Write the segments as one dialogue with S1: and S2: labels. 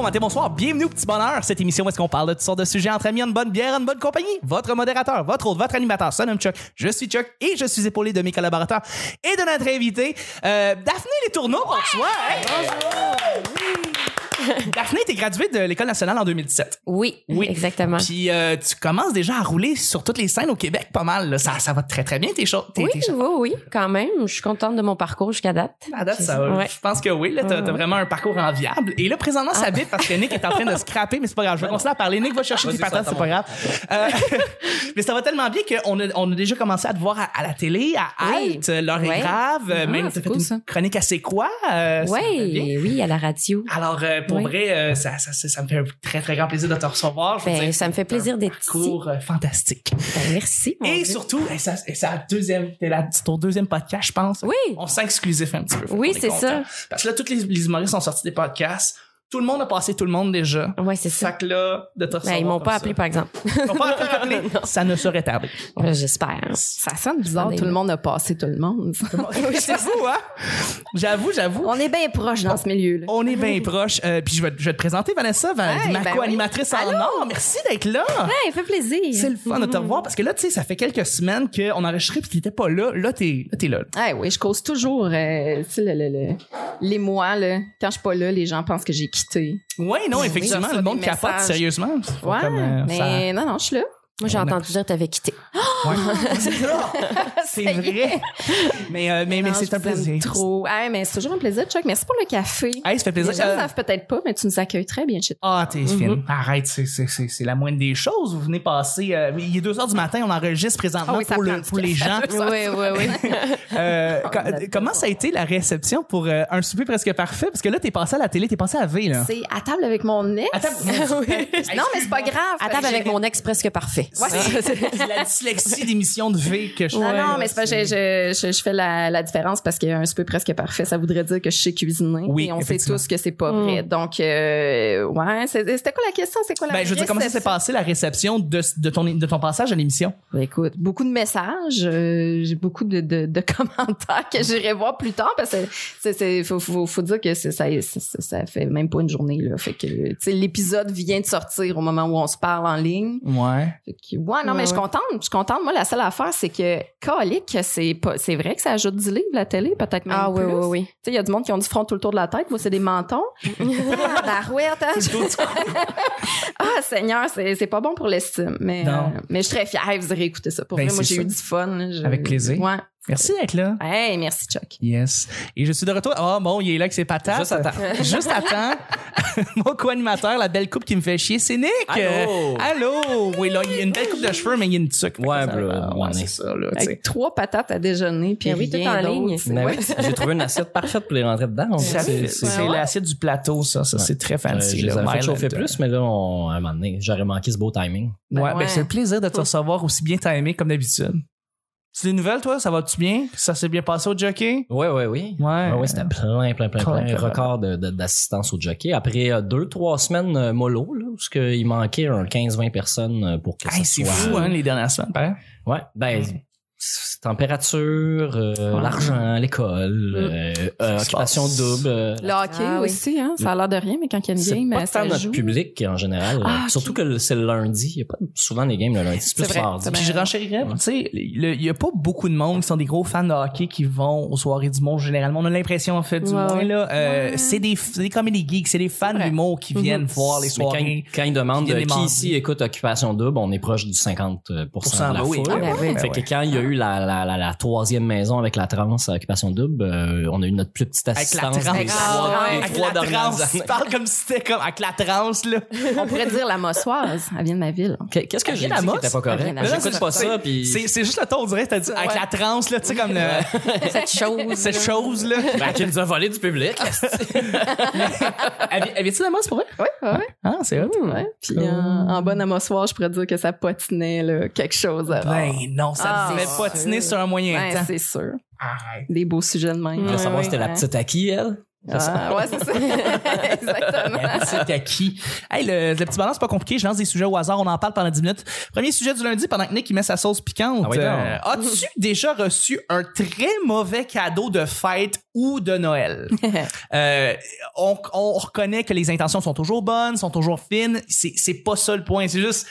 S1: santé, bonsoir. Bienvenue au Petit Bonheur, cette émission où est-ce qu'on parle de toutes sortes de sujets entre amis, en bonne bière, en bonne compagnie. Votre modérateur, votre hôte, votre animateur, son nom Chuck. Je suis Chuck et je suis épaulé de mes collaborateurs et de notre invité, euh, Daphné Les Tourneaux, bonsoir. Hey! Daphné, t'es graduée de l'École nationale en 2017.
S2: Oui,
S1: Oui.
S2: exactement.
S1: Puis euh, tu commences déjà à rouler sur toutes les scènes au Québec pas mal. là. Ça, ça va très très bien tes choses. tes-
S2: oui,
S1: tes
S2: oui,
S1: choses.
S2: oui, quand même. Je suis contente de mon parcours jusqu'à date.
S1: À Ah, date, ça va.
S2: Ouais.
S1: Je pense que oui, là, t'as,
S2: Ouais,
S1: t'as
S2: ouais.
S1: vraiment un parcours enviable. Et là, présentement,
S2: Ah.
S1: ça bite parce que Nick est en train de scraper, mais c'est pas grave. Je vais continuer à parler. Nick va chercher des
S3: Vas-y,
S1: patates,
S3: ça,
S1: c'est pas grave. Euh, mais ça va tellement bien qu'on a, on a déjà commencé à te voir à, à la télé, à
S2: Oui.
S1: Alt, L'heure est
S2: Ouais.
S1: grave, euh,
S2: Ah,
S1: même
S2: c'est
S1: t'as fait
S2: cool,
S1: une
S2: ça.
S1: chronique assez quoi. euh, ça va bien.
S2: Oui, oui, à la radio.
S1: Alors, euh, pour
S2: Oui.
S1: vrai, euh, ça, ça, ça, ça me fait un très, très grand plaisir de te recevoir. Je veux
S2: Ben,
S1: dire,
S2: ça me fait plaisir d'être
S1: un
S2: ici.
S1: cours euh, fantastique.
S2: Ben, merci. mon
S1: Et
S2: Dieu.
S1: surtout, et ça, et ça deuxième, t'es là, c'est ton deuxième podcast, je pense.
S2: Oui,
S1: On se sent exclusif un petit peu.
S2: Oui,
S1: On est
S2: c'est
S1: content.
S2: ça.
S1: Parce que là, tous les, les humoristes sont sortis des podcasts. Tout le monde a passé tout le monde déjà.
S2: ouais, c'est ça.
S1: Fait que là, de te
S2: Ben,
S1: recevoir
S2: ils m'ont
S1: comme
S2: pas
S1: ça.
S2: appelé, par exemple.
S1: Ils m'ont pas appelé. appelé. ça ne serait tardé.
S2: Ouais, J'espère.
S4: Ça sonne bizarre,
S2: Attendez,
S4: tout le
S2: là.
S4: monde a passé tout le monde.
S1: c'est fou, hein? J'avoue, j'avoue.
S4: On est bien proche dans ce milieu-là.
S1: On est bien proches. Euh, puis je vais, je vais te présenter Vanessa, Van-
S4: Hey,
S1: ma
S4: ben
S1: co-animatrice en or. Merci d'être là.
S4: Ouais, fait plaisir.
S1: C'est le fun de te revoir parce que là, tu sais, ça fait quelques semaines qu'on enregistrait puis qu'il était pas là. Là, t'es là. T'es là.
S4: Ouais, Eh oui, je cause toujours euh, tu sais, le- le- le- les mois. Là. Quand je suis pas là, les gens pensent que j'ai quitté.
S1: Oui, non,
S4: Oui,
S1: effectivement,
S4: je reçois
S1: le monde
S4: des
S1: capote
S4: messages.
S1: sérieusement. C'est pas
S4: Ouais, Ben,
S1: comme, euh,
S4: mais
S1: ça-
S4: non, non, je suis là.
S2: Moi, j'ai
S1: On a-
S2: entendu dire que t'avais quitté.
S1: Ouais. c'est vrai. Mais, euh, mais, mais
S4: Non,
S1: c'est
S4: je
S1: un
S4: vous aime
S1: plaisir.
S4: Trop. Ouais, mais c'est toujours un plaisir, Chuck. Merci pour le café.
S1: Hey, ça fait
S4: les
S1: plaisir.
S4: gens
S1: Euh,
S4: savent Mhm. peut-être pas, mais tu nous accueilles très bien chez toi.
S1: Ah, t'es fine. Arrête, c'est- c'est c'est- c'est la moindre des choses. Vous venez passer. euh, il est 2 heures du matin, on enregistre présentement
S4: Ah oui, ça
S1: pour, le-
S4: prend du Oh,
S1: pour les gens.
S2: Oui, oui, oui.
S1: Euh, co- comment ça a été la réception pour euh, un souper presque parfait? Parce que là, t'es passé à la télé, t'es passé à V, là.
S4: C'est à table avec mon ex.
S1: Attends,
S4: non, mais c'est pas grave.
S2: À table avec mon ex presque parfait.
S1: c'est la dyslexie d'émission de V que je
S4: Non, non, mais c'est pas, je, je, je, je fais la, la différence parce qu'un souper presque parfait, ça voudrait dire que je sais cuisiner.
S1: Oui,
S4: Et on sait
S1: effectivement.
S4: tous que c'est pas
S2: Mm.
S4: vrai. Donc, euh, ouais, c'est- c'était quoi la question? C'est quoi la
S1: Ben, je veux dire, comment ça s'est
S4: réception?
S1: passé la réception de, de, ton, de ton passage à l'émission?
S2: Ben,
S4: Écoute, beaucoup de messages, euh, j'ai beaucoup de, de, de commentaires que j'irai voir plus tard parce que c'est, c'est- faut, faut, faut dire que c'est, ça, ça, ça fait même pas une journée. Là. Fait que, tu sais, l'épisode vient de sortir au moment où on se parle en ligne.
S1: Ouais.
S4: Fait que, ouais, non,
S2: Ouais,
S4: mais je suis
S2: ouais.
S4: contente. Je suis contente. Moi, la seule affaire, c'est que, calique, c'est pas, c'est vrai que ça ajoute du livre, la télé, peut-être même
S2: Ah oui,
S4: plus.
S2: oui, oui.
S4: Tu sais, il y a du monde qui ont du front tout le tour de la tête. Moi, c'est des mentons. ah, barouette, hein? Ah, Seigneur, c'est, c'est pas bon pour l'estime. Mais,
S1: Non.
S4: euh, mais je suis très fière. Hey, Vous irez écouter ça. Pour
S1: Ben,
S4: vrai, moi,
S1: c'est
S4: j'ai
S1: ça.
S4: eu du fun. là. Je-
S1: Avec plaisir.
S4: Ouais.
S1: Merci d'être là.
S4: Hey, merci, Chuck.
S1: Yes. Et je suis de retour. Ah bon, il est là avec ses patates.
S3: Juste à temps.
S1: Juste à temps. Mon co-animateur, la belle coupe qui me fait chier, c'est Nick.
S3: Allô?
S1: Euh, allô. Oui, là, il y a une belle coupe de cheveux, mais il y a une tuque. Fait que
S3: Ouais,
S1: ça,
S3: bro,
S1: euh, ouais,
S3: ouais.
S1: c'est ça, là, tu sais.
S4: Avec trois patates à déjeuner, puis
S2: Ben oui,
S4: rien
S2: tout en
S4: d'autre.
S2: ligne.
S3: Mais oui, J'ai trouvé une assiette parfaite pour les rentrer dedans. Donc,
S1: Ça fait-
S3: c'est- c'est-
S1: C'est l'assiette du plateau, ça. Ça, c'est très
S3: Euh,
S1: fancy.
S3: je les
S1: là,
S3: avais fait
S1: Myland.
S3: chauffer plus, mais là, on- à un moment donné, j'aurais manqué ce beau timing.
S1: Ouais,
S4: Ben
S1: ben,
S4: ouais.
S1: c'est un plaisir de te recevoir aussi bien timé comme d'habitude. C'est des nouvelles, toi? Ça va-tu bien? Ça s'est bien passé au jockey?
S3: Oui, oui, oui.
S1: Ouais.
S3: ouais, c'était plein, plein, plein,
S1: Plein,
S3: plein.
S1: plein.
S3: Record de- de- d'assistance au jockey. Après euh, deux, trois semaines euh, mollo, là, où ce que il manquait un 15-20 personnes euh, pour que ça
S1: Hey, c'est
S3: soit-
S1: fou, hein, les dernières semaines. pareil.
S3: Ouais, ben, c'est- température, euh, l'argent, l'école, euh, euh,
S1: Ça Mm. se
S3: occupation
S1: passe.
S3: double. euh,
S4: Le hockey
S2: Ah oui.
S4: aussi, hein? Ça a l'air de rien, mais quand il y a une
S3: C'est
S4: game, euh,
S3: pas
S4: ça
S3: tant notre
S4: joue.
S3: public en général.
S4: Ah,
S3: Euh,
S4: ok.
S3: Surtout que le- c'est le lundi. Il n'y a pas souvent des games le lundi. C'est plus
S4: C'est vrai,
S3: mardi.
S4: c'est
S1: Puis
S4: Ben,
S1: je renchérirais, tu sais, il y a pas beaucoup de monde qui sont des gros fans de hockey qui vont aux soirées du monde généralement. On a l'impression, en fait, du
S2: Ouais,
S1: moins,
S2: ouais.
S1: là, euh, c'est des, c'est des comedy geeks, c'est des fans
S4: Ouais.
S1: d'humour qui viennent voir les
S3: Mais Quand,
S1: soirées.
S3: ils- quand ils demandent
S1: Puis il y a
S3: euh,
S1: les
S3: qui
S1: mardis.
S3: ici écoute Occupation Double, on est proche du 50% de la
S1: bah oui.
S3: foule.
S1: Ah,
S2: ben oui.
S3: fait que quand il y a eu la, la, la, la troisième maison avec la transe à Occupation Double, euh, on a eu notre plus petite
S1: Avec la
S3: assistance
S1: transe.
S3: des trois,
S2: Ah, ouais.
S3: des
S1: Avec
S3: trois
S1: la
S3: dernières
S1: transe.
S3: années.
S1: Tu parles comme si c'était comme, avec la transe, là.
S4: On pourrait dire la mossoise. Elle vient de ma ville.
S3: Qu'est- Qu'est-ce que j'ai
S1: la
S3: dit qui
S1: mosse.
S3: était pas
S2: Avec
S3: correct?
S2: la
S1: mosse.
S3: J'écoute pas ça, puis...
S1: C'est, c'est juste le ton, on dirait, t'as dit, avec
S4: Ouais.
S1: la transe, là, tu sais, comme le-
S2: Cette chose.
S1: cette chose-là.
S3: Ben, qui nous a volé du public.
S1: Avais-tu la masse pour vrai?
S4: Oui, oui.
S1: Ah, c'est vrai.
S4: Ouais. Puis en, en bonne amassoir, je pourrais dire que ça patinait là, quelque chose. à
S1: Ben non, ça
S4: Ah,
S1: devait
S4: c'est
S1: patiner
S4: sûr.
S1: sur un moyen
S4: Ouais,
S1: temps.
S4: c'est sûr.
S1: Arrête.
S4: Des beaux sujets de même.
S3: Je veux savoir
S4: Ouais,
S3: c'était la
S4: ouais.
S3: petite à qui, elle?
S4: Ah, ouais, c'est ça. Exactement.
S1: C'est à qui? Hey, le, le petit balance, c'est pas compliqué. Je lance des sujets au hasard. On en parle pendant 10 minutes. Premier sujet du lundi, pendant que Nick il met sa sauce piquante.
S3: Ah oui, donc.
S1: Euh, As-tu déjà reçu un très mauvais cadeau de fête ou de Noël? Euh, on, on reconnaît que les intentions sont toujours bonnes, sont toujours fines. C'est c'est pas ça le point. C'est juste.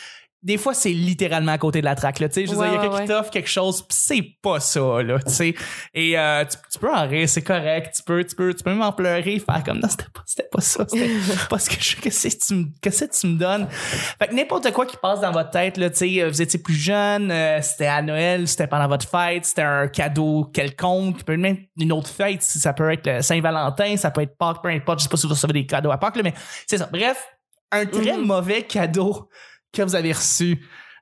S1: Des fois, c'est littéralement à côté de la traque. là. Tu sais, je veux
S2: Ouais,
S1: dire, il y a
S2: ouais,
S1: quelqu'un qui
S2: ouais.
S1: t'offre quelque chose, pis c'est pas ça. Là, tu sais. Et euh, tu, tu peux en rire, c'est correct. Tu peux, tu peux, tu peux même en pleurer, faire comme non, c'était pas, c'était pas ça. C'était pas ce que je, qu'est-ce que tu me, qu'est-ce que tu me donnes. Fait que n'importe quoi qui passe dans votre tête, là, tu sais, euh, vous étiez plus jeune, euh, c'était à Noël, c'était pendant votre fête, c'était un cadeau quelconque, peut même une autre fête, si ça peut être le Saint-Valentin, ça peut être Pâques, peu importe, je sais pas si vous recevez des cadeaux à Pâques, là, mais c'est ça. Bref, un très mauvais cadeau que vous avez reçu.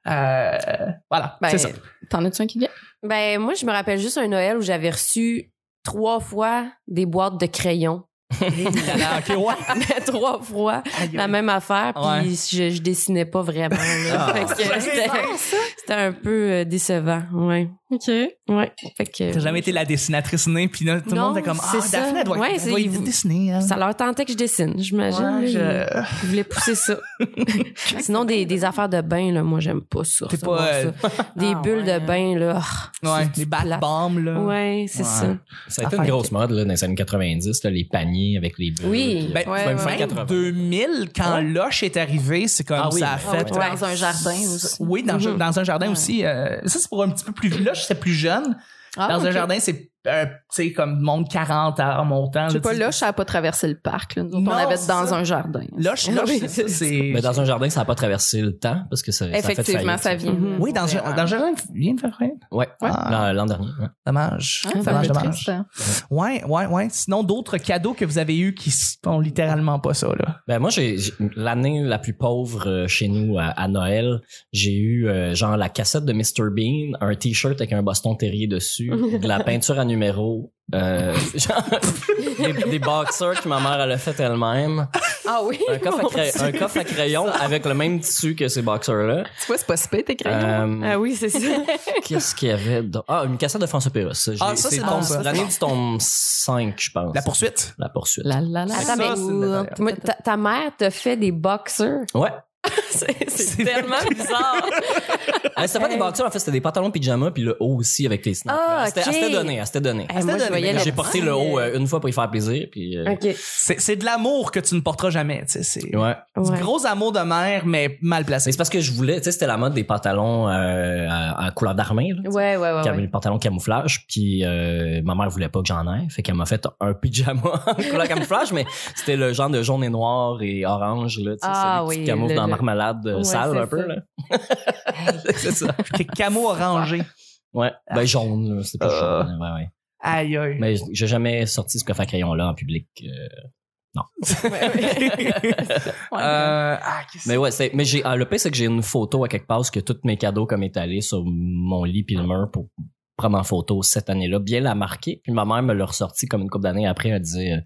S1: Euh, voilà,
S4: Ben,
S1: c'est ça.
S4: T'en as-tu un qui vient?
S2: Ben, moi, je me rappelle juste un Noël où j'avais reçu trois fois des boîtes de crayons.
S1: Ok, ouais.
S2: trois fois la même affaire, puis
S1: Ouais.
S2: je, je dessinais pas vraiment. là.
S1: Ah.
S2: Fait que
S1: Ça, c'est
S2: c'était-
S1: fort,
S2: C'était un peu euh, décevant, ouais. OK. Ouais. Fait que
S1: T'as jamais été la dessinatrice née, puis là, tout le
S2: Non,
S1: monde est comme Ah,
S2: c'est ça.
S1: Daphné, elle doit,
S2: Ouais,
S1: elle
S2: c'est-
S1: doit hein.
S2: il-
S1: dessiner. elle.
S2: ça leur tentait que je dessine, j'imagine.
S1: Ouais,
S2: là,
S1: je-
S2: Ils voulaient pousser ça. Sinon, des, des affaires de bain, là, moi, j'aime pas ça.
S1: T'es
S2: recevoir
S1: pas, euh,
S2: ça. Des
S4: Ah,
S2: bulles
S4: ouais.
S2: de bain, là. ah,
S1: Ouais,
S2: c'est
S1: des bat
S2: plate.
S1: bombs, là.
S2: Ouais, c'est
S1: Ouais.
S2: ça.
S3: Ça a été une grosse mode là, dans les années 90, là, les paniers avec les bulles.
S4: Oui.
S3: puis, euh,
S1: Ben,
S4: Ouais,
S1: même
S4: ouais,
S1: fin
S4: ouais.
S1: 2000, quand Loche est arrivé, c'est comme
S3: Ah oui.
S1: ça a
S3: Ah
S1: fait.
S3: ouais.
S4: Dans un jardin aussi.
S1: Oui, dans, dans un jardin aussi. euh, ça, c'est pour un petit peu plus. Loche, c'est plus jeune.
S4: Ah,
S1: dans un jardin, c'est euh, tu sais, comme monde 40 en montant.
S4: Je sais pas,
S1: tu sais.
S4: là, je savais pas traverser le parc. Là. Nous autres,
S1: Non,
S4: on avait
S1: c'est
S4: dans
S1: ça.
S4: un jardin.
S1: Loche, Loche,
S4: Oui,
S1: c'est-
S4: c'est-
S1: c'est.
S3: Mais dans un jardin, ça n'a pas traversé le temps parce que ça, ça a fait
S4: Effectivement,
S3: faillite,
S4: ça vient.
S2: Mhm.
S1: Oui, dans, un-
S4: Ouais.
S1: dans un jardin, il vient de faire faillite.
S3: Ouais,
S1: Ouais.
S3: L'an- l'an dernier. ouais.
S1: Dommage.
S4: Ah, ça
S1: dommage,
S4: fait
S1: dommage.
S4: triste. hein.
S1: Ouais, ouais, ouais. Sinon, d'autres cadeaux que vous avez eus qui s- font littéralement pas ça, là.
S3: Ben moi, j'ai j'ai- l'année la plus pauvre euh, chez nous à, à Noël, j'ai eu euh, genre la cassette de Mr Bean, un t-shirt avec un Boston Terrier dessus, de la peinture à numéro, euh, genre des, des boxers que ma mère elle a fait elle-même,
S4: Ah oui?
S3: un coffre à, cray- un coffre à crayon avec le même tissu que ces boxers là.
S4: Tu vois, c'est pas si pire, tes hein? crayons.
S3: Euh,
S2: Ah oui, c'est ça.
S3: Qu'est-ce qu'il y avait d'autre? Ah, une cassette de François Pérusse.
S1: Ah, ça, c'est bon, ça.
S3: L'année du tome 5, je pense.
S1: La poursuite.
S3: La poursuite.
S4: La, la, la.
S2: Attends,
S1: Ça, c'est une
S2: mais
S1: affaire.
S2: moi, ta, ta mère t'a fait des boxers. Eh,
S3: Ouais.
S2: c'est
S1: C'est-
S2: c'est tellement bizarre.
S3: Ah, c'était pas des boxers, en fait, c'était des pantalons pyjama puis le haut aussi avec les snaps.
S2: Ah,
S3: là. c'était,
S2: ok.
S3: à c'était donné, à c'était donné.
S2: Eh, moi, je voyais
S3: J'ai
S2: le-
S3: porté le haut euh, une fois pour y faire plaisir puis euh,
S2: OK.
S1: C'est c'est de l'amour que tu ne porteras jamais, tu sais. C'est
S3: ouais.
S1: du
S2: Ouais.
S1: gros amour de mère, mais mal
S3: Mais
S1: placé.
S3: c'est parce que je voulais, tu sais, c'était la mode des pantalons euh, à, à couleur d'armée là.
S2: Ouais, ouais, Ah ouais.
S3: Qui avait
S2: ouais.
S3: le pantalon camouflage, puis euh, ma mère voulait pas que j'en aie, fait qu'elle m'a fait un pyjama en couleur camouflage, mais c'était le genre de jaune et noir et orange, là, tu sais,
S2: Ah
S3: celui qui
S2: oui,
S3: te camoufle
S2: le-
S3: dans
S2: le-
S3: marmalade euh,
S2: Ouais,
S3: sale
S2: c'est
S3: un peu,
S2: ça.
S3: là.
S1: C'est ça. T'es camo orangé.
S3: Ouais, ben jaune, là, c'était pas
S1: Euh.
S3: jaune, ouais, ouais.
S1: Aïe, aïe.
S3: Mais j'ai jamais sorti ce coffre à crayon-là en public, euh,
S1: Euh, ah, qu'est-ce
S3: Mais ouais, c'est, mais j'ai, ah, le pire, c'est que j'ai une photo à quelque part où que tous mes cadeaux comme étalés sur mon lit puis le mur pour prendre en photo cette année-là, bien la marquer. Puis ma mère me l'a ressorti comme une couple d'années après, elle disait, euh,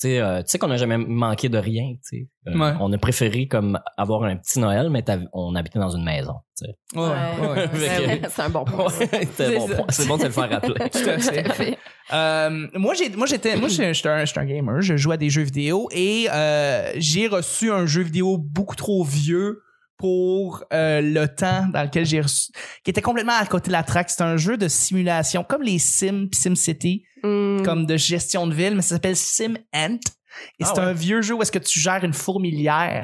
S3: tu sais, euh, tu sais qu'on n'a jamais manqué de rien, tu sais. Euh,
S1: Ouais.
S3: On a préféré comme avoir un petit Noël, mais t'av- on habitait dans une maison, tu sais.
S1: Ouais, ouais, ouais.
S4: Ouais, ouais, C'est un bon point.
S3: c'est,
S4: C'est
S3: bon,
S4: ça.
S3: point. c'est bon de te le faire rappeler.
S1: Tout à fait.
S4: Tout à fait.
S1: Euh, moi, j'ai, moi, j'étais, moi, j'étais j'étais un, j'étais un gamer. Je jouais à des jeux vidéo et euh, j'ai reçu un jeu vidéo beaucoup trop vieux pour euh, le temps dans lequel j'ai reçu, qui était complètement à côté de la traque. C'est un jeu de simulation, comme les Sims pis SimCity,
S4: Mm.
S2: Hmm.
S1: comme de gestion de ville, mais ça s'appelle Sim Ant. Et
S3: Ah
S1: c'est
S3: ouais.
S1: un vieux jeu où est-ce que tu gères une fourmilière.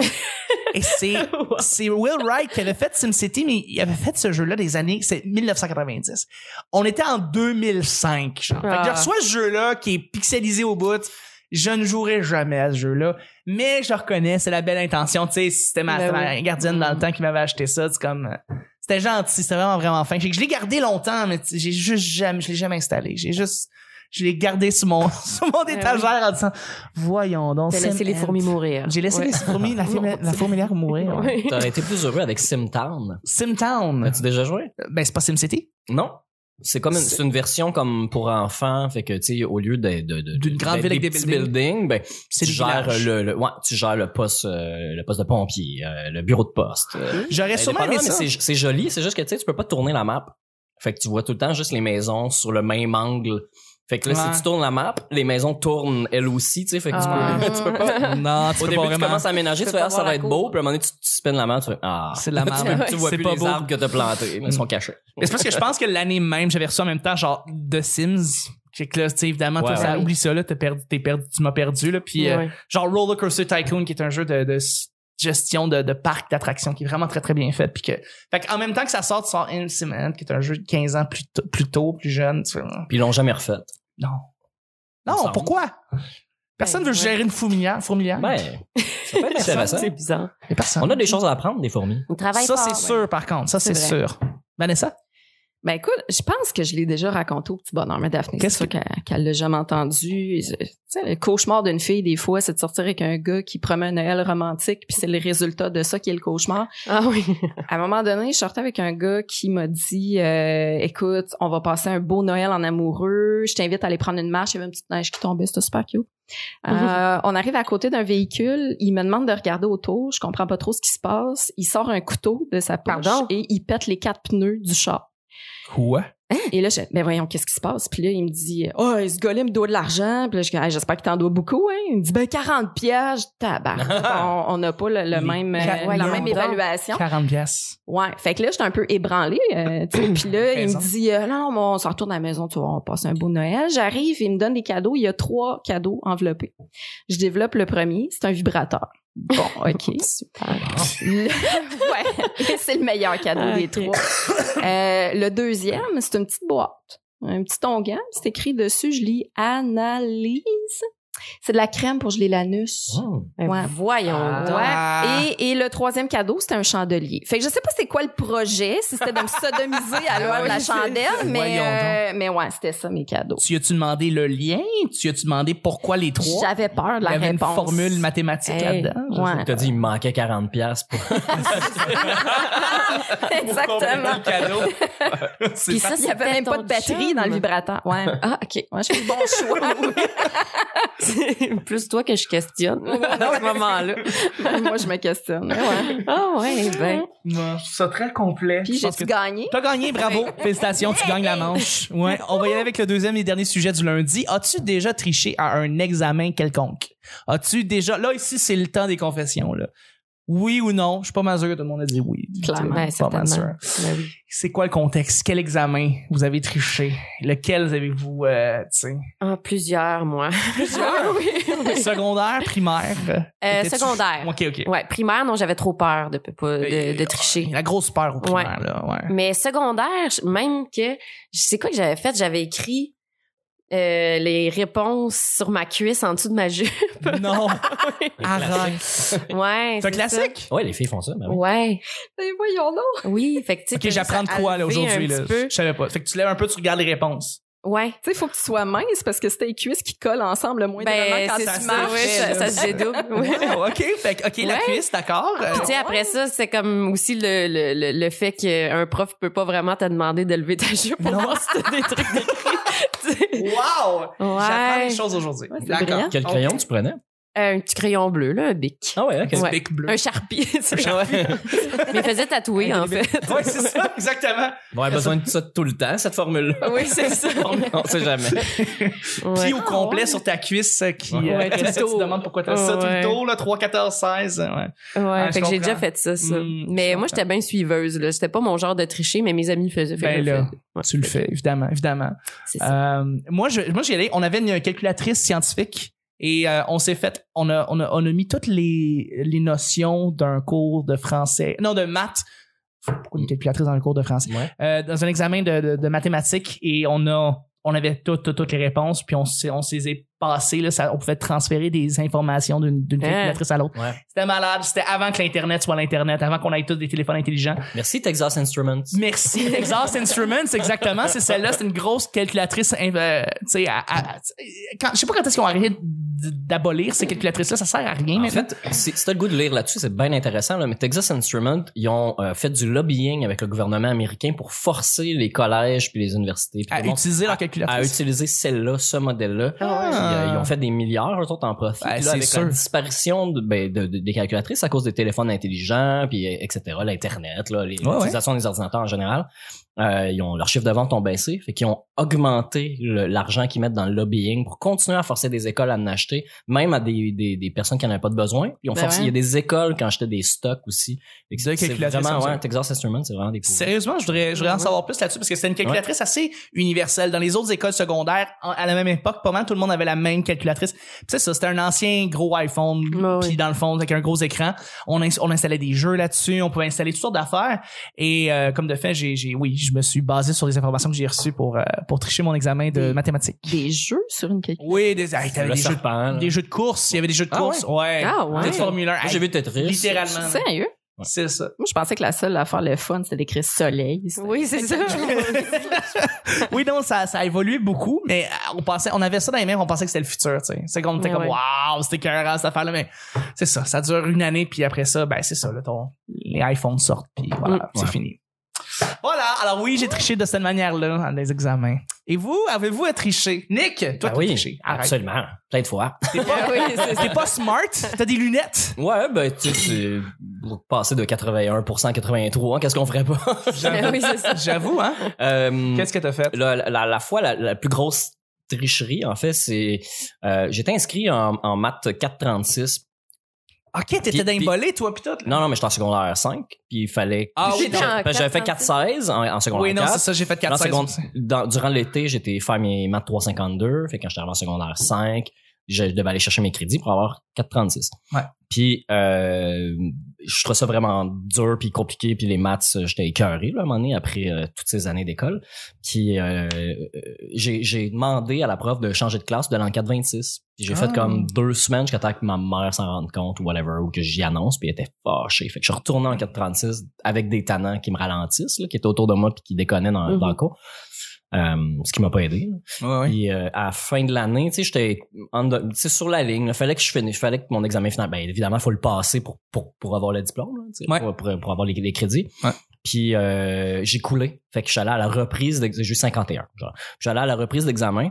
S1: et c'est, c'est Will Wright qui avait fait SimCity, mais il avait fait ce jeu-là des années, c'est 1990. On était en 2005, genre. Fait que je
S2: Ah.
S1: reçois ce jeu-là qui est pixelisé au bout. Je ne jouerai jamais à ce jeu-là. Mais je reconnais, c'est la belle intention. Tu sais, c'était ma,
S2: Ben
S1: c'était ma
S2: oui.
S1: gardienne dans le temps qui m'avait acheté ça. C'est comme, euh, c'était gentil, c'était vraiment, vraiment fin. Fait que Je l'ai gardé longtemps, mais tu sais, j'ai juste jamais, je l'ai jamais installé. J'ai juste, je l'ai gardé sur mon, sur mon
S2: Ben oui.
S1: étagère en disant, voyons donc.
S2: T'as
S1: Sim
S2: laissé les
S1: Ant.
S2: fourmis mourir.
S1: J'ai laissé
S2: Ouais.
S1: les fourmis, la, fourmi- la fourmilière mourir. ouais.
S2: Ouais.
S3: T'aurais été plus heureux avec Simtown.
S1: Simtown.
S3: As-tu déjà joué?
S1: Ben, c'est pas SimCity.
S3: Non. C'est comme une, c'est une version comme pour enfants, fait que tu sais au lieu de, de, de-
S1: D'une grande
S3: de-
S1: ville avec des
S3: petits
S1: buildings.
S3: ben
S1: C'est
S3: tu
S1: le
S3: gères
S1: village.
S3: le, le- ouais, tu gères le poste euh, le poste de pompier, euh, le bureau de poste. Euh,
S1: J'aurais sûrement aimé
S3: indépendamment, mais
S1: ça.
S3: c'est c'est joli, c'est juste que tu sais tu peux pas tourner la map. Fait que tu vois tout le temps juste les maisons sur le même angle Fait que là,
S1: Ouais.
S3: si tu tournes la map, les maisons tournent elles aussi, tu sais. Fait que tu
S2: Ah.
S3: peux- tu, peux, pas.
S1: Non, tu
S3: Au
S1: peux
S3: début,
S1: pas
S3: tu
S1: vraiment.
S3: commences à ménager,
S2: Tu
S3: tu
S2: peux
S3: fais,
S2: pas
S3: ah, ça
S2: voir
S3: va
S2: la
S3: être
S2: cour.
S3: beau, puis à un moment donné, tu, tu spins la map, tu fais, ah.
S1: C'est de la merde.
S3: Tu, tu vois
S1: C'est
S3: plus
S1: pas
S3: les
S1: beau.
S3: arbres que t'as plantés, mais ils sont cachés.
S1: Mais c'est parce que je pense que l'année même, j'avais reçu en même temps, genre, The Sims. Fait que là, tu sais, évidemment, toi,
S3: Ouais,
S1: ça,
S2: ouais.
S1: oublie ça, là, t'as perdu, t'es perdu, tu m'as perdu, là. Puis, euh,
S2: Ouais.
S1: genre Roller Coaster Tycoon, qui est un jeu de, de gestion de, de parc d'attractions, qui est vraiment très, très bien fait. Puis que, fait en même temps que ça sort, tu sors Insiman, qui est un jeu de 15 ans plus tôt, plus, tôt, plus jeune. Tu fais,
S3: Puis ils l'ont jamais refait.
S1: non.
S3: Il me
S1: Non,
S3: semble.
S1: pourquoi? Personne
S2: Ben,
S1: veut
S2: ouais.
S1: gérer une fourmilière. fourmilière.
S3: Ben, ça peut être intéressant.
S2: C'est bizarre.
S1: Mais personne.
S3: On a des choses à apprendre des fourmis.
S2: On travaille
S1: ça,
S2: fort,
S1: c'est
S2: ouais.
S1: sûr, par contre. Ça, c'est
S2: C'est
S1: sûr. Vanessa?
S4: Ben écoute, je pense que je l'ai déjà raconté au petit bonheur, mais Daphné, c'est
S1: Qu'est-ce
S4: sûr qu'elle qu'elle l'a jamais entendu. Je- Tu sais, le cauchemar d'une fille, des fois, c'est de sortir avec un gars qui promet un Noël romantique, puis c'est le résultat de ça qui est le cauchemar.
S2: Ah oui.
S4: À un moment donné, je sortais avec un gars qui m'a dit euh, Écoute, on va passer un beau Noël en amoureux, je t'invite à aller prendre une marche, il y avait une petite neige qui tombait, c'était super cute. Euh, on arrive à côté d'un véhicule, il me demande de regarder autour, je comprends pas trop ce qui se passe. Il sort un couteau de sa poche
S2: Pardon?
S4: et il pète les quatre pneus du char.
S1: Quoi?
S4: Et là, je ben voyons, qu'est-ce qui se passe? Puis là, il me dit, oh, ce gars-là il me doit de l'argent. Puis là, je dis, Ah, j'espère qu'il t'en doit beaucoup, hein? Il me dit, ben, 40 pièges, tabac. on on n'a pas le, le
S1: Les
S4: même, euh,
S1: quatre-
S4: la
S1: ouais,
S4: même
S2: non.
S4: évaluation.
S1: 40 pièces.
S4: Ouais. Fait que là, j'étais un peu ébranlée. euh, tu sais. puis là, il
S1: Raison.
S4: me dit, euh, non, non, mais on se retourne à la maison, tu vois, on passe un beau Noël. J'arrive, il me donne des cadeaux. Il y a trois cadeaux enveloppés. Je développe le premier, c'est un vibrateur. Bon, OK. Le- ouais, c'est le meilleur cadeau
S2: Ah,
S4: des
S2: ok.
S4: trois. Euh, le deuxième, c'est une petite boîte, un petit onguent. C'est écrit dessus, je lis analyse. C'est de la crème pour geler l'anus.
S3: Hmm.
S2: Ben,
S4: Ouais.
S2: Voyons donc.
S1: Ah.
S4: Ouais. Eh Et, et le troisième cadeau, c'était un chandelier. Fait que je sais pas c'est quoi le projet, si c'était de me sodomiser à l'heure de la chandelle, mais,
S1: Voyons
S4: euh, mais ouais, c'était ça mes cadeaux.
S1: Tu as-tu demandé le lien? Tu as-tu demandé pourquoi les trois?
S4: J'avais peur de la
S1: Il y avait
S4: réponse.
S1: une formule mathématique
S2: Hey,
S1: là-dedans. Je
S4: Ouais.
S3: T'as dit, il me manquait 40 pièces pour
S4: Exactement.
S1: cadeau. C'est
S2: Puis
S1: ça.
S2: ça,
S4: Il y
S2: ça
S4: avait même pas de batterie dans le vibrateur. Ouais.
S2: Ah, OK.
S4: Ouais, je fais le bon choix.
S2: C'est plus toi que je questionne à ce moment-là.
S4: Moi, je me questionne. Ouais.
S2: Ah ouais, ben.
S1: Non, je trouve ça très complet.
S4: Puis
S1: Je pense
S4: j'ai
S1: que
S4: gagné.
S1: T'as gagné, bravo. Félicitations, tu gagnes la manche. Ouais, on va y aller avec le deuxième et dernier sujet du lundi. As-tu déjà triché à un examen quelconque? As-tu déjà... Là, ici, c'est le temps des confessions, là. Oui ou non? Je suis pas mal sûr que tout le monde a dit oui.
S4: Clairement,
S1: Pas mal sûr.
S2: certainement. Ben oui.
S1: C'est quoi le contexte? Quel examen vous avez triché? Lequel avez-vous, euh, tu sais?
S2: Ah, plusieurs, moi. Plusieurs, oui. oui.
S1: Secondaire, primaire?
S2: Euh,
S1: Étais-tu-
S2: secondaire.
S1: OK, OK.
S2: Ouais, primaire, non, j'avais trop peur de, pas- de, de tricher.
S1: La grosse peur au primaire, là, ouais.
S2: Mais secondaire, je- même que, je sais quoi que j'avais fait, j'avais écrit euh, les réponses sur ma cuisse en dessous de ma jupe.
S1: Non, arrête.
S2: Ouais.
S1: C'est un
S2: ça.
S1: classique?
S3: Ouais, les filles font ça, mais oui.
S2: Ouais.
S4: Mais Eh, voyons donc.
S2: Oui, fait que tu sais.
S1: Ok,
S2: t'as juste
S1: j'apprends de
S2: à
S1: quoi là
S2: lever un
S1: aujourd'hui
S2: petit
S1: là.
S2: peu.
S1: Je savais pas. Fait que tu lèves un peu, tu regardes les réponses.
S2: Ouais.
S4: Tu sais, il faut que tu sois mince parce que c'est tes cuisses qui collent ensemble le moins
S2: Ben,
S4: quand
S2: c'est
S4: tu
S2: ça,
S4: marches.
S2: ouais, ça, ça se dédouble. ouais.
S1: Wow, ok, fait que ok la
S2: Ouais.
S1: cuisse, d'accord. Euh,
S2: Puis tu sais, après ça, c'est comme aussi le, le, le, le fait qu'un prof peut pas vraiment te demander de lever ta jupe pour
S1: Non.
S2: voir si t'as des trucs d'écrit.
S1: wow, j'apprends
S2: ouais.
S1: des choses aujourd'hui.
S4: Ouais, c'est
S1: d'accord.
S4: brillant.
S3: Quel crayon tu prenais?
S1: Euh,
S2: Un petit crayon bleu, là, un bic.
S3: Ah ouais, ok.
S1: Petit
S2: Ouais.
S1: bec bleu.
S2: Un charpie. c'est-
S3: Ouais.
S2: Mais il faisait tatouer, en fait.
S1: Ouais, c'est ça, exactement.
S3: Bon, elle a besoin de ça tout le temps, cette formule-là.
S2: Oui, c'est ça.
S3: On sait jamais.
S1: Puis au
S2: Ouais.
S1: complet sur ta cuisse euh, qui
S3: Ouais,
S1: euh,
S2: tout le
S1: tu te
S2: tour.
S1: demandes pourquoi t'as ça tout le
S2: Ouais.
S1: tour là 3 14 16 euh, ouais.
S2: Ouais,
S1: Ah, je
S2: fait que j'ai
S1: comprends.
S2: déjà fait ça, ça.
S1: Mm, je
S2: mais moi,
S1: comprends.
S2: j'étais bien suiveuse, là. C'était pas mon genre de tricher, mais mes amis le faisaient. Fait que
S1: Ben
S2: je le
S1: là,
S2: fais. Ouais.
S1: tu le fais évidemment, évidemment.
S2: C'est ça.
S1: Euh, moi, je, moi, j'y allais. On avait une calculatrice scientifique et euh, on s'est fait. On a, on a, on a mis toutes les, les notions d'un cours de français. Non, de maths. Pourquoi une calculatrice dans le cours de français?
S3: Ouais.
S1: Euh, dans un examen de, de, de mathématiques et on a. On avait toutes, toutes, toutes les réponses, puis on s'est, on s'est est passé, là, ça, on pouvait transférer des informations d'une, d'une
S2: Hein.
S1: calculatrice à l'autre.
S3: Ouais.
S1: C'était malade, c'était avant que l'Internet soit l'Internet, avant qu'on ait tous des téléphones intelligents.
S3: Merci, Texas Instruments.
S1: Merci, Exhaust Instruments, exactement. C'est celle-là, c'est une grosse calculatrice. hein, euh, tu sais, à- à- quand- je sais pas quand est-ce qu'on arrête d'abolir ces calculatrices-là, ça sert à rien.
S3: En
S1: maintenant.
S3: fait, si si t'as le goût de lire là-dessus, c'est bien intéressant, là, mais Texas Instruments, ils ont euh, fait du lobbying avec le gouvernement américain pour forcer les collèges puis les universités puis
S1: à
S3: tout le monde
S1: utiliser leur
S3: à
S1: calculatrice.
S3: utiliser celle-là, ce modèle-là. Puis, euh, ils ont fait des milliards, eux autres, en profit.
S1: Ben,
S3: Puis
S1: c'est
S3: là, avec
S1: sûr.
S3: la disparition de- ben, de- de- des calculatrices à cause des téléphones intelligents, puis euh, etc., l'Internet, là, les-
S1: ouais.
S3: l'utilisation des ordinateurs en général, euh, ils ont, leur chiffre de vente ont baissé, fait qu'ils ont augmenté le- l'argent qu'ils mettent dans le lobbying pour continuer à forcer des écoles à en acheter, même à des, des, des personnes qui n'en avaient pas de besoin. Ils ont
S4: Ben
S3: forcé,
S4: ouais.
S3: il y a des écoles qui ont acheté des stocks aussi. Fait que
S1: Des
S3: C'est
S1: calculatrices,
S3: vraiment,
S1: ça.
S3: ouais, Texas Instruments, c'est vraiment des pourris.
S1: Sérieusement, je voudrais, je voudrais en
S4: Ouais.
S1: savoir plus là-dessus parce que c'est une calculatrice assez universelle. Dans les autres écoles secondaires, en- à la même époque, pas mal tout le monde avait la même calculatrice. Puis c'est ça, c'était un ancien gros iPhone,
S2: Ouais,
S1: puis
S2: ouais.
S1: dans le fond, avec un gros écran. On, ins- on installait des jeux là-dessus, on pouvait installer toutes sortes d'affaires. Et euh, comme de fait, j'ai, j'ai- oui, je me suis basé sur les informations que j'ai reçues pour, euh, pour tricher mon examen de
S4: Des-
S1: mathématiques.
S4: Des jeux sur une calculatrice.
S1: Oui, des, hey, t'avais
S3: Le
S1: des, jeux,
S3: serpent, là.
S1: des jeux de course, il y avait des jeux de
S3: Ah
S1: course, ouais.
S2: Ah ouais.
S1: Des Formule 1.
S3: Moi, j'ai
S1: Hey,
S3: vu Tetris.
S1: littéralement.
S4: Sérieux?
S1: C'est ça.
S4: Moi, je pensais que la seule affaire le fun, c'était d'écrire soleil.
S2: Euh, Oui, c'est ça.
S1: oui, non, ça, ça a évolué beaucoup, mais euh, on pensait, on avait ça dans les mains, on pensait que c'était le futur, tu sais. C'est qu'on était
S2: Ouais,
S1: comme,
S2: ouais.
S1: waouh, c'était cœur cette affaire-là, mais c'est ça, ça dure une année, puis après ça, ben, c'est ça, là, ton, les iPhones sortent, puis voilà,
S2: Mm.
S1: c'est
S3: Ouais.
S1: fini. Voilà, alors oui, j'ai triché de cette manière-là dans les examens. Et vous, avez-vous à tricher? Nick, toi,
S3: Ben
S1: t'as
S3: oui,
S1: triché. Arrête.
S3: absolument. Plein de fois.
S1: T'es pas,
S4: oui, c'est
S1: t'es pas smart, t'as des lunettes.
S3: Ouais, ben, tu sais, c'est passer de 81% à 83, qu'est-ce qu'on ferait pas?
S2: Ben oui, c'est ça.
S1: J'avoue, hein?
S3: Euh,
S1: Qu'est-ce que t'as fait?
S3: la, la, la fois la, la plus grosse tricherie, en fait, c'est euh, j'étais inscrit en, en maths 436.
S1: Ok, t'étais
S3: Puis-
S1: dans les
S3: puis-
S1: bolets, toi, pis tout. là.
S3: Non, non, mais j'étais en secondaire 5, puis il fallait...
S1: Ah oui,
S3: J'étais-
S2: non.
S3: parce que J'avais fait 416 en, en secondaire
S1: Oui, non,
S3: 4.
S1: c'est ça, j'ai fait
S3: Dans
S1: 4
S3: seconde- dans- durant l'été, j'étais faire mes maths 352. Fait que quand j'étais arrivé en secondaire 5, je devais aller chercher mes crédits pour avoir 436.
S1: Ouais.
S3: Puis, euh, je trouvais ça vraiment dur puis compliqué. Puis les maths, euh, j'étais écœuré là, à un moment donné après euh, toutes ces années d'école. Puis, euh, euh, j'ai j'ai demandé à la prof de changer de classe, de l'enquête 26. Puis j'ai
S1: Ah.
S3: fait comme deux semaines jusqu'à temps que ma mère s'en rende compte ou whatever, ou que j'y annonce. Puis elle était fâchée. Fait que je suis retourné en 436 avec des tannants qui me ralentissent, là, qui étaient autour de moi puis qui déconnaient dans, dans le
S2: Mhm.
S3: cours. Euh, ce qui m'a pas aidé. là.
S1: Ouais, ouais.
S3: Puis euh, à la fin de l'année, tu sais, j'étais on the- tu sais, sur la ligne. Il fallait que je finisse, fallait que mon examen final. Ben évidemment, faut le passer pour pour, pour avoir le diplôme, là, tu sais,
S1: Ouais.
S3: pour, pour, pour avoir les, les crédits.
S1: Ouais.
S3: Puis euh, j'ai coulé. Fait que je suis allé à la reprise. d'ex- J'ai eu 51. Genre. Je suis allé à la reprise d'examen.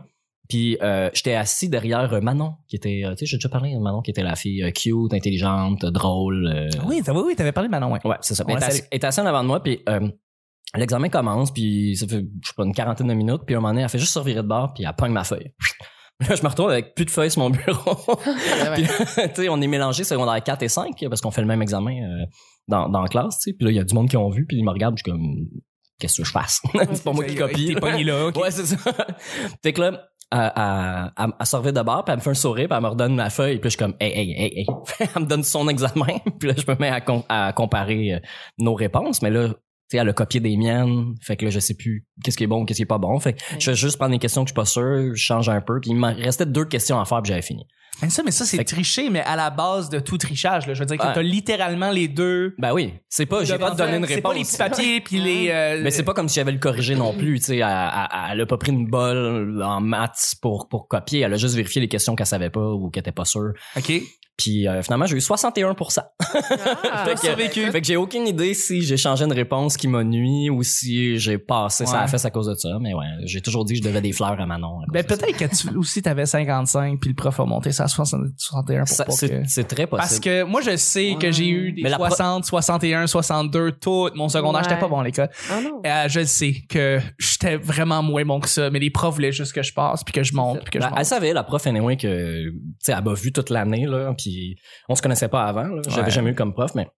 S3: Puis euh, j'étais assis derrière euh, Manon, qui était, euh, tu sais, j'ai déjà parlé de Manon, qui était la fille euh, cute, intelligente, drôle. euh,
S1: Oui, t'as- oui, oui, t'avais parlé de Manon, ouais.
S3: Ouais, c'est ça.
S1: Ouais,
S3: Elle était
S1: salut.
S3: assis- elle était assis en avant de moi, puis euh, l'examen commence, puis ça fait, je sais pas, une quarantaine de minutes, puis à un moment donné, elle fait juste se revirer de bord, puis elle pogne ma feuille. Là, je me retrouve avec plus de feuilles sur mon bureau. Puis, tu sais, on est mélangé secondaire 4 et 5 parce qu'on fait le même examen euh, dans, dans la classe, tu sais. Puis là, il y a du monde qui ont vu, puis ils me regardent, je suis comme, qu'est-ce que je fasse? c'est pas moi qui copie.
S1: T'es pogné là, ok.
S3: Ouais, c'est ça. Fait que là, elle, elle, elle, elle se revient de bord, puis elle me fait un sourire, puis elle me redonne ma feuille, puis là, je suis comme, hey, hey, hey, hey. elle me donne son examen, puis là, je me mets à, com- à comparer euh, nos réponses, mais là, tu sais, elle a copié des miennes, fait que là, je sais plus qu'est-ce qui est bon, qu'est-ce qui est pas bon. Fait que je vais juste prendre des questions que je suis pas sûr, je change un peu, puis il m'en restait deux questions à faire, puis j'avais fini.
S1: Mais ça, mais ça, c'est
S3: Fait que-
S1: tricher, mais à la base de tout trichage. Là. Je veux dire que
S3: Ouais.
S1: t'as littéralement les deux.
S3: Ben oui, c'est pas, j'ai pas
S1: devant
S3: donné
S1: toi.
S3: une
S1: C'est pas
S3: réponse.
S1: les petits papiers puis les. euh,
S3: Mais c'est pas comme si j'avais le corrigé non plus, tu sais, elle, elle- elle a pas pris une balle en maths pour, pour copier, elle a juste vérifié les questions qu'elle savait pas ou qu'elle était pas sûre.
S1: Ok.
S3: Puis euh, finalement, j'ai eu 61
S1: Ah,
S3: Fait que-
S1: survécu.
S3: Fait que j'ai aucune idée si j'ai changé une réponse qui m'a nuit ou si j'ai passé ça à
S1: Ouais.
S3: la fesse à cause de ça. Mais ouais, j'ai toujours dit que je devais des fleurs à Manon. à cause
S1: Ben
S3: de ça.
S1: peut-être que tu aussi t'avais 55 puis le prof a monté ça à 60 61 pour
S3: Ça,
S1: pas que-
S3: c'est, c'est très possible.
S1: Parce que moi je sais que
S2: Ouais.
S1: j'ai eu des
S3: Mais la pro-
S1: 60, 61, 62 tout mon secondaire,
S2: Ouais.
S1: j'étais pas bon à l'école.
S2: Ah non.
S1: Euh, je le sais que j'étais vraiment moins bon que ça, mais les profs voulaient juste que je passe puis que je monte puis que je
S3: Ben,
S1: monte.
S3: elle savait, la prof, anyway, que, tu sais, elle m'a vu toute l'année, là, puis on se connaissait pas avant, là. J'avais
S1: Ouais.
S3: jamais eu comme prof, mais, tu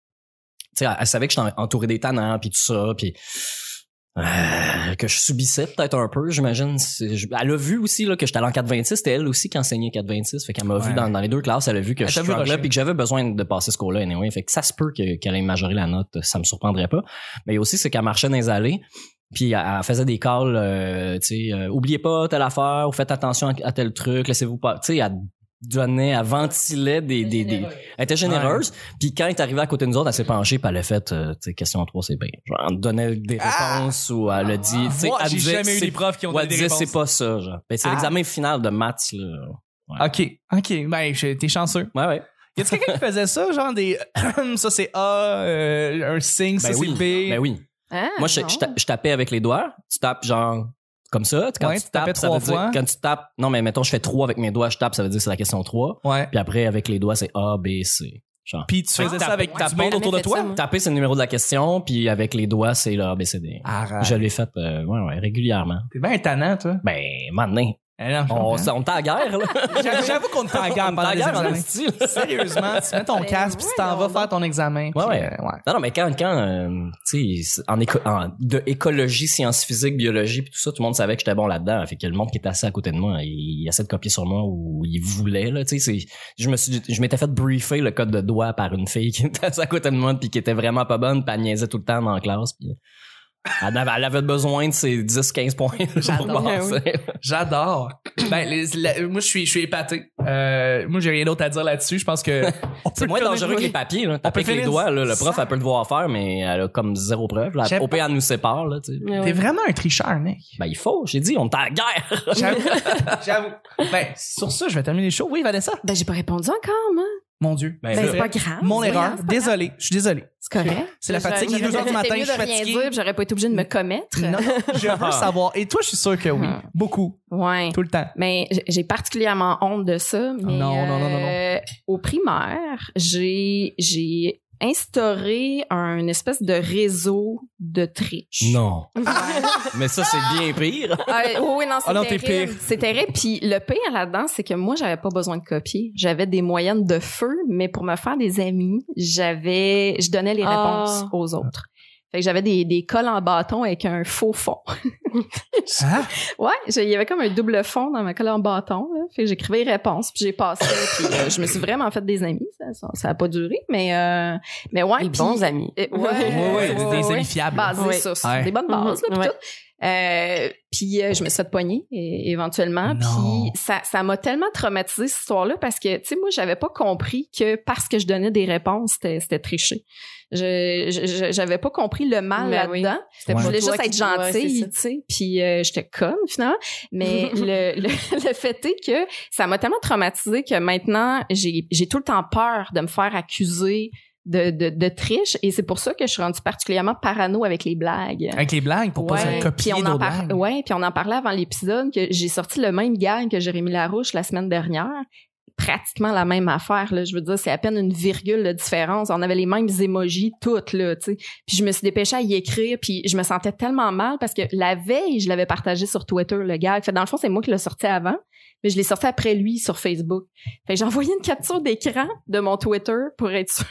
S3: sais, elle, elle savait que j'étais en- entouré des tannants, puis tout ça, puis euh, que je subissais peut-être un peu, j'imagine. C'est- je- Elle a vu aussi, là, que j'étais allé en 426, c'était elle aussi qui enseignait 426, fait qu'elle m'a
S1: Ouais.
S3: vu dans, dans les deux classes, elle a vu que
S1: Elle
S3: je
S1: t'a vu
S3: strugglais,
S1: rusher.
S3: puis que j'avais besoin de passer ce cours-là, anyway, fait que ça se peut que- qu'elle ait majoré la note, ça me surprendrait pas. Mais aussi, c'est qu'elle marchait dans les allées, puis elle, elle faisait des calls, euh, tu sais, euh, oubliez pas telle affaire, ou faites attention à, à tel truc, laissez-vous pas. Tu sais, elle donnait, elle ventilait des, des, des- elle était généreuse. Puis quand elle est arrivée à côté de nous autres, elle s'est penchée, puis elle a fait, euh, tu sais, question 3, c'est bien. Genre, elle donnait des
S1: Ah!
S3: réponses ou elle a dit, tu sais,
S1: Moi,
S3: elle
S1: j'ai
S3: disait,
S1: jamais eu
S3: c'est-
S1: des profs qui ont
S3: ou elle
S1: donné des
S3: disait,
S1: réponses.
S3: c'est pas ça, genre. Ben, c'est
S1: Ah!
S3: l'examen final de maths, là.
S1: OK, OK, ben j'ai- t'es chanceux.
S3: Ouais, ouais.
S1: Y a-t-il quelqu'un qui faisait ça, genre des ça c'est A, euh, un signe, ça
S3: Ben
S1: c'est
S3: oui.
S1: B.
S3: Ben oui.
S4: Ah,
S3: Moi, je,
S4: non.
S3: je ta- je tapais avec les doigts. Tu tapes genre comme ça. Quand
S1: Ouais,
S3: tu
S1: tu tapais
S3: tapes, ça
S1: trois
S3: veut dire-
S1: fois.
S3: quand tu tapes, non, mais mettons, je fais 3 avec mes doigts, je tape, ça veut dire que c'est la question 3.
S1: Ouais.
S3: Puis après, avec les doigts, c'est A, B, C. Genre.
S1: Puis tu faisais
S3: Ah,
S1: ça avec
S2: ouais,
S1: ta
S2: tu m'as
S1: bande
S2: jamais
S1: autour de
S2: fait
S1: toi?
S2: ça, moi.
S3: Taper, c'est le numéro de la question, puis avec les doigts, c'est le ABCD.
S1: Arrête.
S3: Je l'ai fait euh, ouais, ouais, régulièrement.
S1: T'es bien tannant, toi. Eh
S3: Ben, maintenant, on, on était en guerre, là.
S1: Oh. J'avoue qu'on te Ah, en gamme pendant
S3: On était en
S1: les
S3: guerre,
S1: examens.
S3: en style.
S1: Sérieusement, tu mets ton
S2: Ben
S4: Mais
S1: casque puis tu t'en vas
S4: voyons
S1: faire ton examen. puis,
S3: ouais.
S1: euh, ouais.
S3: Non, non, mais quand, quand euh, tu sais, en, éco- en- de écologie, sciences physiques, biologie, puis tout ça, tout le monde savait que j'étais bon là-dedans. Fait que le monde qui était assis à côté de moi, il, il essaie de copier sur moi ou il voulait, là, tu sais. c'est- Je me suis, je m'étais fait briefer le code de doigt par une fille qui était assise à côté de moi puis qui était vraiment pas bonne puis elle niaisait tout le temps dans la classe puis euh, elle avait, elle avait besoin de ses 10-15 points pour
S2: J'adore,
S3: passer.
S1: J'adore. Ben, les- la- moi, je suis, je suis épaté. Euh, moi, j'ai rien d'autre à dire là-dessus. Je pense que
S3: C'est moins dangereux que les papiers, là. Taper
S1: peut
S3: avec les
S1: finir-
S3: doigts, là, le prof, elle peut le voir faire, mais elle a comme zéro preuve. Là.
S1: J'aime
S3: Au pire, elle nous sépare, là, tu sais.
S2: Mais
S1: T'es
S2: ouais.
S1: vraiment un tricheur, mec.
S3: Ben, il faut, j'ai dit, on est en guerre!
S1: J'avoue. J'avoue. Ben, sur ça, je vais terminer le show. Oui, Vanessa.
S2: Ben, j'ai pas répondu encore, moi.
S1: Mon Dieu.
S3: Ben,
S2: Ben,
S3: c'est
S2: c'est pas grave.
S1: Mon
S2: c'est
S1: erreur.
S2: grave, c'est pas grave.
S1: Désolé. Je suis désolé.
S2: C'est correct.
S1: C'est la fatigue. Il est
S2: J'aurais-
S1: 2 heures du
S4: J'aurais
S1: matin.
S4: mieux
S1: Je
S4: de
S1: suis
S4: rien
S1: fatigué.
S4: dire, puis j'aurais pas été obligée de me commettre.
S1: Non, je veux savoir. Et toi, je suis sûr que oui.
S4: Hmm.
S1: Beaucoup.
S4: Ouais.
S1: Tout le temps.
S4: Mais j- j'ai particulièrement honte de ça. Mais
S1: Non, non, non, non, non.
S4: euh, au primaire, j'ai j'ai instauré un espèce de réseau de triche.
S3: Non. Mais ça, c'est bien pire.
S4: Euh, oui, oui, non, c'est
S1: Ah non, t'es
S4: terrible.
S1: pire.
S4: C'est terrible. Puis le pire là-dedans, c'est que moi, j'avais pas besoin de copier. J'avais des moyennes de feu, mais pour me faire des amis, j'avais, je donnais les
S2: Ah.
S4: réponses aux autres. Fait que j'avais des, des cols en bâton avec un faux fond.
S1: Hein?
S4: Ouais, j'ai- il y avait comme un double fond dans ma colle en bâton. là. Fait que j'écrivais les réponses, puis j'ai passé, puis euh, je me suis vraiment fait des amis. Ça- Ça, ça a pas duré, mais euh, mais ouais.
S2: Les
S4: puis-
S2: bons amis.
S4: Euh, ouais,
S1: Ouais,
S4: ouais,
S1: ouais, des-
S4: ouais,
S1: des
S4: ouais.
S1: amis fiables.
S4: basé
S2: Ouais.
S4: sur, sur
S1: Ouais.
S4: des bonnes bases, là,
S2: Mhm,
S4: puis tout. Euh, puis euh, je me suis fait poigner é-
S1: Non.
S4: éventuellement. Puis ça, ça m'a tellement traumatisé cette histoire-là parce que, tu sais, moi, j'avais pas compris que parce que je donnais des réponses, c'était c'était triché. Je, je- je- j'avais pas compris le mal
S2: Ben oui.
S4: là-dedans.
S3: Ouais.
S4: Je voulais
S2: Toi
S4: juste
S2: qui-
S4: être
S2: ouais,
S4: gentille,
S2: c'est ça.
S4: tu sais, puis euh, j'étais conne finalement. Mais le, le, le fait est que ça m'a tellement traumatisée que maintenant, j'ai j'ai tout le temps peur de me faire accuser de, de, de triche et c'est pour ça que je suis rendue particulièrement parano avec les blagues.
S1: Avec les blagues pour pas
S4: Ouais,
S1: se copier
S4: puis on en
S1: d'autres
S4: par-
S1: blagues.
S4: ouais, puis on en parlait avant l'épisode que j'ai sorti le même gag que Jérémy Larouche la semaine dernière. Pratiquement la même affaire, là. Je veux dire, c'est à peine une virgule de différence. On avait les mêmes émojis toutes, là, tu sais. Puis je me suis dépêchée à y écrire, puis je me sentais tellement mal parce que la veille, je l'avais partagé sur Twitter, le gag. Fait que dans le fond, c'est moi qui l'ai sorti avant, mais je l'ai sorti après lui sur Facebook. Fait que j'ai envoyé une capture d'écran de mon Twitter pour être sûre.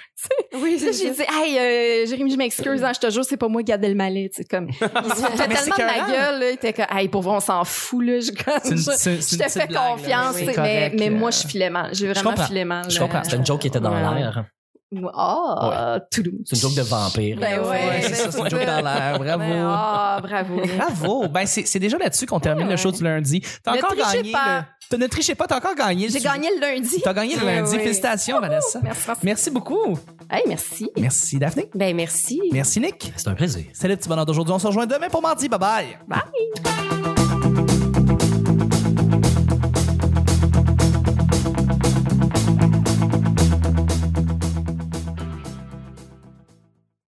S2: Oui,
S4: Puis là, j'ai dit, hey, euh, Jérémy, je m'excuse, hein, je te jure, c'est pas moi Gad Elmaleh, tu sais, comme. Il se foutait
S1: Mais c'est
S4: tellement de ma
S1: écœurant.
S4: gueule, là, il était comme, hey, pour vrai, on s'en fout, là, je, comme,
S1: C'est une-
S4: je,
S1: c'est- c'est
S4: je
S1: une
S4: te
S1: petite
S4: fais
S1: blague, là,
S4: confiance,
S1: c'est
S4: mais,
S1: correct,
S4: mais
S1: euh.
S4: moi, je suis filée mal. J'ai vraiment
S1: comprends.
S4: filé mal.
S3: Je
S4: là.
S3: comprends. C'était une joke qui était dans
S2: Ouais.
S3: l'air.
S4: Ah, touloum.
S3: C'est une joke de vampire.
S4: Ben ouais,
S1: Ouais, c'est
S4: ben
S1: ça, c'est un
S4: c'est
S1: joke
S4: ça.
S1: dans l'air. Bravo.
S4: Ben, Ah, bravo.
S1: Bravo! Ben, c'est c'est déjà là-dessus qu'on termine le show du lundi. T'as
S4: Ne
S1: encore
S4: trichez
S1: gagné.
S4: pas.
S1: le- T'as- Ne trichez pas, t'as encore gagné. le
S4: J'ai
S1: sujet.
S4: gagné le lundi.
S1: T'as gagné le
S2: Ouais,
S1: lundi.
S2: ouais.
S1: Félicitations, Vanessa.
S4: Merci, merci.
S1: Merci beaucoup.
S4: Hey, merci.
S1: Merci, Daphné.
S2: Ben, merci.
S1: Merci, Nick.
S3: C'est un plaisir.
S1: C'est le petit bonheur d'aujourd'hui. On se rejoint demain pour mardi. Bye bye.